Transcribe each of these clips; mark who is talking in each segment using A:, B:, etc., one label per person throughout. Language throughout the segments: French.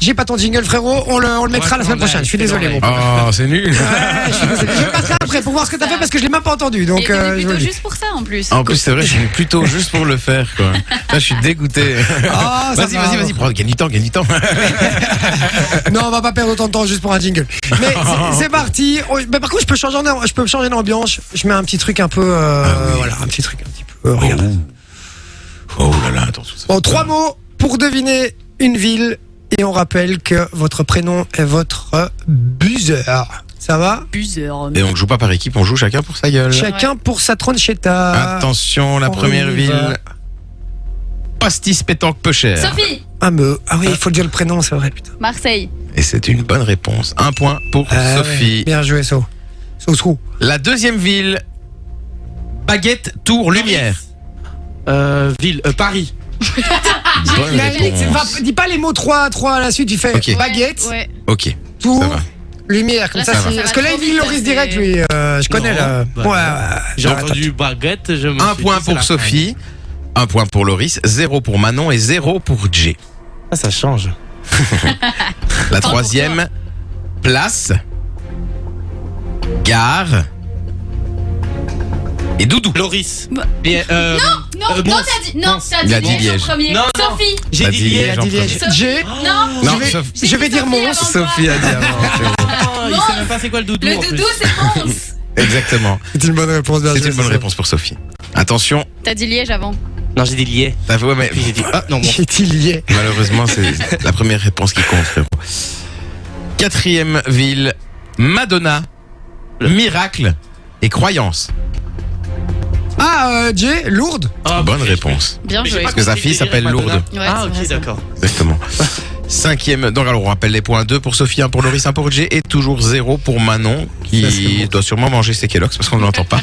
A: J'ai pas ton jingle, frérot. On le, on le mettra la semaine prochaine. Je suis désolé, mon pote.
B: Oh, c'est nul.
A: Ouais, je suis désolé. Je le passerai après pour voir ce que t'as fait parce que je l'ai même pas entendu. Donc,
C: Et on est
A: euh, je vous
C: plutôt
A: le dis.
C: juste pour ça en plus.
B: En plus, c'est vrai, je suis plutôt juste pour le faire, quoi. Là, je suis dégoûté.
A: Ah, ça
B: vas-y,
A: va.
B: vas-y, vas-y, prends, gagne du temps, gagne du temps.
A: Non, on va pas perdre autant de temps juste pour un jingle. Mais c'est- c'est parti. Oh, mais par contre, je peux changer, en- je peux changer d'ambiance. Je mets un petit truc un peu, euh, voilà, un petit truc un petit peu. euh, regarde.
B: Oh là là, attends, tout ça.
A: Bon, trois mots pour deviner une ville et on rappelle que votre prénom est votre euh, buzzer. Ça va
C: Buzzeur.
B: Et on joue pas par équipe, on joue chacun pour sa gueule.
A: Chacun pour sa tronchetta.
B: Attention, la
A: on
B: première
A: y va.
B: ville. Pastis pétanque peu cher.
C: Sophie,
A: Ah, me- ah oui, il faut dire le prénom, c'est vrai, putain.
C: Marseille.
B: Et c'est une bonne réponse. Un point pour
A: Ah ouais,
B: Sophie.
A: bien joué, So. So, so.
B: La deuxième ville. Baguette, tour, lumière.
D: Euh, ville, euh, Paris.
B: Bonne
A: Il a dit, Ah, c'est pas-
B: réponse.
A: dis pas les mots 3 3 à la suite, il fait
B: Ok.
A: baguette,
C: Ouais.
B: Ok,
A: tour,
B: ça va.
A: lumière, comme
C: Là,
A: ça.
C: ça
A: c'est-
C: va.
A: Parce que là, il dit Loris direct, lui. euh, je connais,
D: Non,
A: là.
D: bah,
A: Ouais, ouais,
D: J'ai
A: ouais.
D: entendu baguette. Je me
B: Un
D: suis
B: point
D: dit, c'est
B: pour
D: la
B: Sophie. Un point pour Loris, zéro pour Manon et zéro pour Jay.
D: fin. Ah, ça change.
B: La
C: pour
B: troisième place. Gare. Et Doudou.
D: Loris.
C: Bah,
D: Bien, euh,
C: Non,
D: Euh,
C: non,
D: Mons.
C: t'as dit. Non,
D: Mons.
C: t'as
B: Il a dit
C: dit Liège
B: Liège.
C: en premier.
D: Non, non.
C: Sophie.
D: J'ai
B: Bah,
D: dit
B: dis
A: Il a
D: Liège.
A: dit
B: Sophie.
A: Liège.
C: Sophie.
A: J'ai-
E: Ah.
C: Non.
B: Non,
A: Je vais-
B: Sophie-
A: Je vais
C: Sophie
A: dire Mons.
C: avant toi.
B: Sophie a dit avant.
D: Ah, Il sait même pas c'est quoi le doudou. en
C: Le
D: plus.
C: doudou, c'est Mons.
B: Exactement.
A: C'est une bonne réponse, bien
B: C'est
A: joué,
B: une bonne
A: ça.
B: réponse pour Sophie. Attention.
C: T'as dit Liège avant.
D: Non, j'ai dit lié.
B: Ah, ouais, mais
D: Puis j'ai dit. Ah, non, bon.
A: J'ai-t-il lié
B: malheureusement, c'est la première réponse qui compte, frérot. Quatrième ville. Madonna. Miracle. Et croyance.
A: Ah, euh, Jay, Lourdes
D: Ah,
B: Bonne
D: mais-
B: réponse.
C: Bien
D: mais j'ai
C: joué.
D: pas
B: Parce que sa
D: compris
B: fille
D: le délire
B: s'appelle
D: Madonna.
B: Lourdes.
C: Ouais,
D: Ah,
C: c'est
D: ok,
C: vrai.
D: d'accord.
B: Exactement. Cinquième, donc alors on rappelle les points 2 pour Sophie, 1 pour Loris, 1 pour Jay et toujours 0 pour Manon
A: Ça, c'est
B: qui
A: bon.
B: doit sûrement manger ses Kellogg's parce qu'on ne l'entend pas.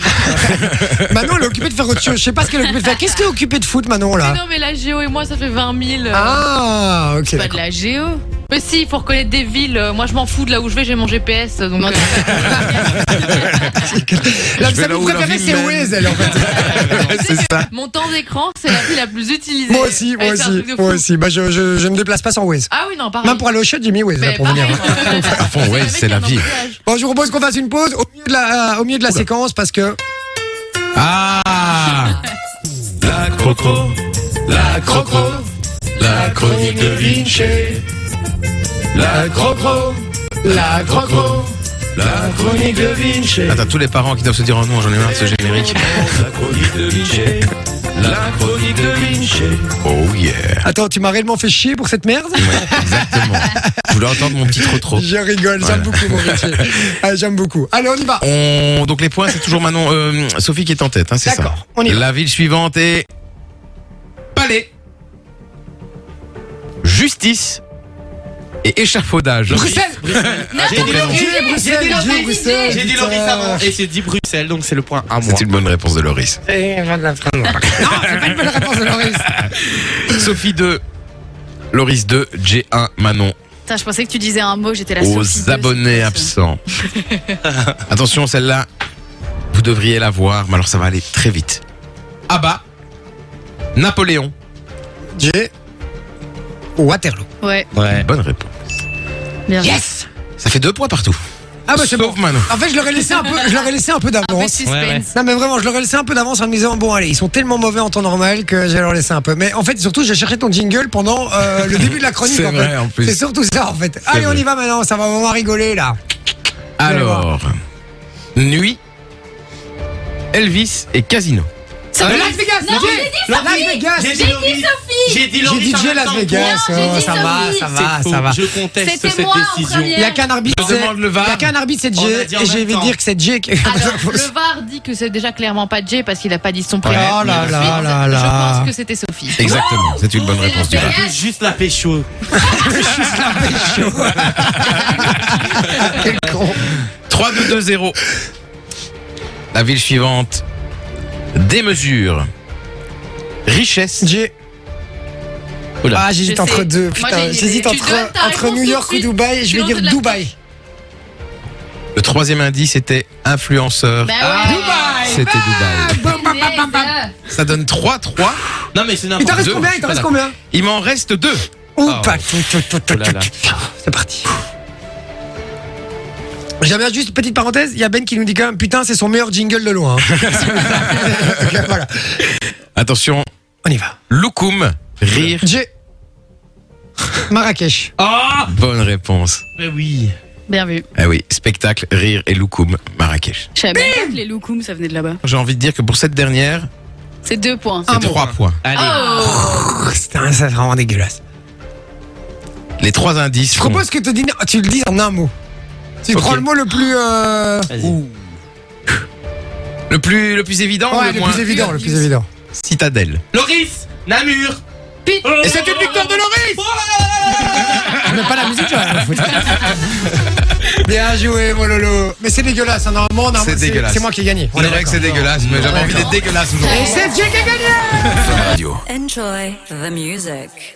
A: Manon, elle est occupée de faire autre chose. Je sais pas ce qu'elle est occupée de faire. Qu'est-ce qu'elle est occupée de foot, Manon,
E: Mais
A: là
E: non, mais la géo et moi, ça fait 20 000. euh,
A: Ah, ok.
E: c'est pas de
A: d'accord.
E: la géo. Mais si, il faut reconnaître des villes. euh, Moi, je m'en fous de là où je vais, j'ai mon GPS. Donc, euh,
A: La
B: Je vais
A: sa
B: là
A: ville
B: où la
A: préférée,
B: vie
A: c'est
B: mène.
A: Waze, elle, en fait.
B: C'est ça.
E: mon temps d'écran, c'est la ville la plus utilisée.
A: Moi aussi, moi
E: Ouais, c'est un
A: aussi,
E: truc de fou.
A: moi aussi. Bah, je, je, je me déplace pas sans Waze.
E: Ah oui, non, pareil.
A: Même pour aller au shot, j'ai mis Waze, là,
E: Mais
A: pour venir. hein.
E: pareil,
B: À fond, ouais, c'est la vie.
A: Bon, je vous propose qu'on fasse une pause au milieu de la, euh, au milieu de la séquence parce que.
B: Ah
F: La croco, la croco, la chronique de Vinci. La croco, la croco, la chronique de Vinci.
B: Attends, tous les parents qui doivent se dire oh non, j'en ai marre de ce générique.
F: La chronique de Vinci, la chronique de Vinci.
B: Oh yeah
A: Attends, tu m'as réellement fait chier pour cette merde
B: Ouais, Exactement. Je voulais entendre mon petit trop-trop.
A: Je rigole, j'aime
B: Voilà.
A: beaucoup mon métier. Ah, j'aime beaucoup. Allez, on y va.
B: On... Donc les points, c'est toujours Manon, euh, Sophie qui est en tête, hein, c'est ça
A: D'accord, on y va.
B: La ville suivante est. Palais. Justice. Et échafaudage.
A: Bruxelles Ah,
D: J'ai dit Loris.
E: J'ai dit
A: Bruxelles, Bruxelles, Bruxelles,
E: Loris,
A: Bruxelles,
D: J'ai dit Loris
A: putain.
D: avant. Et j'ai dit Bruxelles, donc c'est le point à moi.
B: C'est une bonne réponse de Loris.
A: Non, c'est pas une bonne réponse de Loris.
B: Sophie 2, Loris 2, J1, Manon.
C: Putain, je pensais que tu disais un mot, j'étais la
B: aux
C: Sophie de-
B: abonnés
C: c'est-
B: absents. Attention, celle-là, vous devriez la voir, mais alors ça va aller très vite. Ah bah, Napoléon.
A: J'ai. Waterloo.
C: Ouais,
D: Ouais.
B: Eh, Bonne réponse.
C: bien joué.
A: Yes
B: Ça fait deux points partout.
A: Ah bah c'est bon.
B: Sauf Manon.
A: En fait, je leur ai laissé un peu, je leur ai laissé un peu
E: Un peu de
A: d'avance.
E: suspense.
D: Ouais, ouais.
A: Non mais vraiment, je leur ai laissé un peu d'avance en me disant bon allez, ils sont tellement mauvais en temps normal que je vais leur laisser un peu. Mais en fait, surtout, j'ai cherché ton jingle pendant euh, le début de la chronique.
B: C'est
A: en fait.
B: vrai, en plus.
A: C'est surtout ça en fait. Allez, on
B: vrai.
A: y va maintenant. Ça va vraiment rigoler là.
B: Alors, Nuit, Elvis et Casino.
A: Le
C: Sophie.
A: Las Vegas.
C: Non,
A: DJ.
C: j'ai dit
A: Le Las Vegas.
D: J'ai dit Loris. J'ai dit
A: J'ai
D: Loris.
A: dit
D: en
A: DJ
D: même
A: Las
D: temps.
A: Vegas.
C: Non, j'ai
A: Oh,
C: dit
A: ça
C: Sophie.
A: va, ça va,
B: Ah,
D: C'est
A: ça
D: faux.
A: va.
D: Je conteste
C: C'était
D: cette
C: moi en
D: décision.
A: Il y a
C: première.
A: qu'un arbitre.
D: On
A: c'est-
D: demande le
A: Il y a
D: VAR.
A: qu'un arbitre, c'est
D: On
A: Jay.
D: a dit en
A: Et je
D: même
A: vais
D: temps.
A: dire que c'est Jay. qui-
E: Alors, le VAR dit que c'est déjà clairement pas Jay parce qu'il a pas dit son prénom.
A: Oh là
E: Ensuite,
A: là là là.
E: Je pense que c'était Sophie.
B: Exactement, c'est une bonne
C: c'est
B: réponse du
C: la
B: gars.
C: dernière.
D: Juste la pécho.
A: Quel con.
B: 3, 2, 2, 0. La ville suivante. Démesure. Richesse.
A: Jay.
D: Oula.
A: Ah, j'hésite
E: Je
A: entre
E: sais.
A: deux.
E: Moi, j'ai
A: Putain,
E: une
A: j'hésite
E: idée. Tu
A: entre,
E: donnes ta
A: entre
E: réponse
A: New
E: tout de
A: York ou
E: suite.
A: Dubaï. Je vais
E: Sinon,
A: dire
E: c'est de la
A: Dubaï.
B: Le troisième indice était influenceur.
C: Bah ouais.
B: C'était
A: bah.
B: Dubaï.
A: Ah. Bam, bam, bam, bam, bam.
B: Ça donne 3-3.
D: Non, mais c'est
A: Il t'en
D: n'importe
A: reste
B: deux,
A: combien Il
B: je suis
A: t'en reste
B: pas d'accord.
A: combien
B: Il m'en reste 2.
A: Oupa,
D: Ah ouais.
A: tout, tout, tout, tout,
D: Oh là là.
A: tout. C'est parti. J'aimerais juste une petite parenthèse, il y a Ben qui nous dit quand même, putain, c'est son meilleur jingle de loin. hein. Donc, voilà,
B: Attention,
A: on y va.
B: Loukoum, rire.
A: J'ai Marrakech.
D: Ah
B: Bonne réponse.
D: Mais oui.
C: Bien vu.
B: Ah oui, spectacle, rire et Loukoum, Marrakech.
C: Je savais même pas que les loukoums, ça venait de là-bas.
B: J'ai envie de dire que pour cette dernière,
C: C'est deux points.
A: Ah,
B: c'est trois points.
D: Allez.
C: Oh
A: Pff, C'était un- Ah, c'est vraiment dégueulasse.
B: Les trois indices.
A: Je propose que te dis- tu le dises en un mot. Tu
B: Ok.
A: prends le mot le plus. euh,
D: Vas-y.
A: ou-
B: Le plus, le plus évident,
A: Ouais,
B: le,
A: le
B: moins.
A: plus évident, le plus évident.
B: Citadelle.
D: Loris Namur
C: Pit-
D: Oh
B: Et c'est une victoire de Loris
A: Mais pas la musique, tu vas la foutre. Bien joué, mon Lolo. Mais c'est dégueulasse, hein, normalement, normalement,
B: C'est dégueulasse.
A: C'est moi qui ai gagné.
B: On est vrai que c'est dégueulasse, mais j'avais envie d'être dégueulasse aujourd'hui.
A: Et c'est Dieu qui a gagné
B: Radio.
G: Enjoy the music.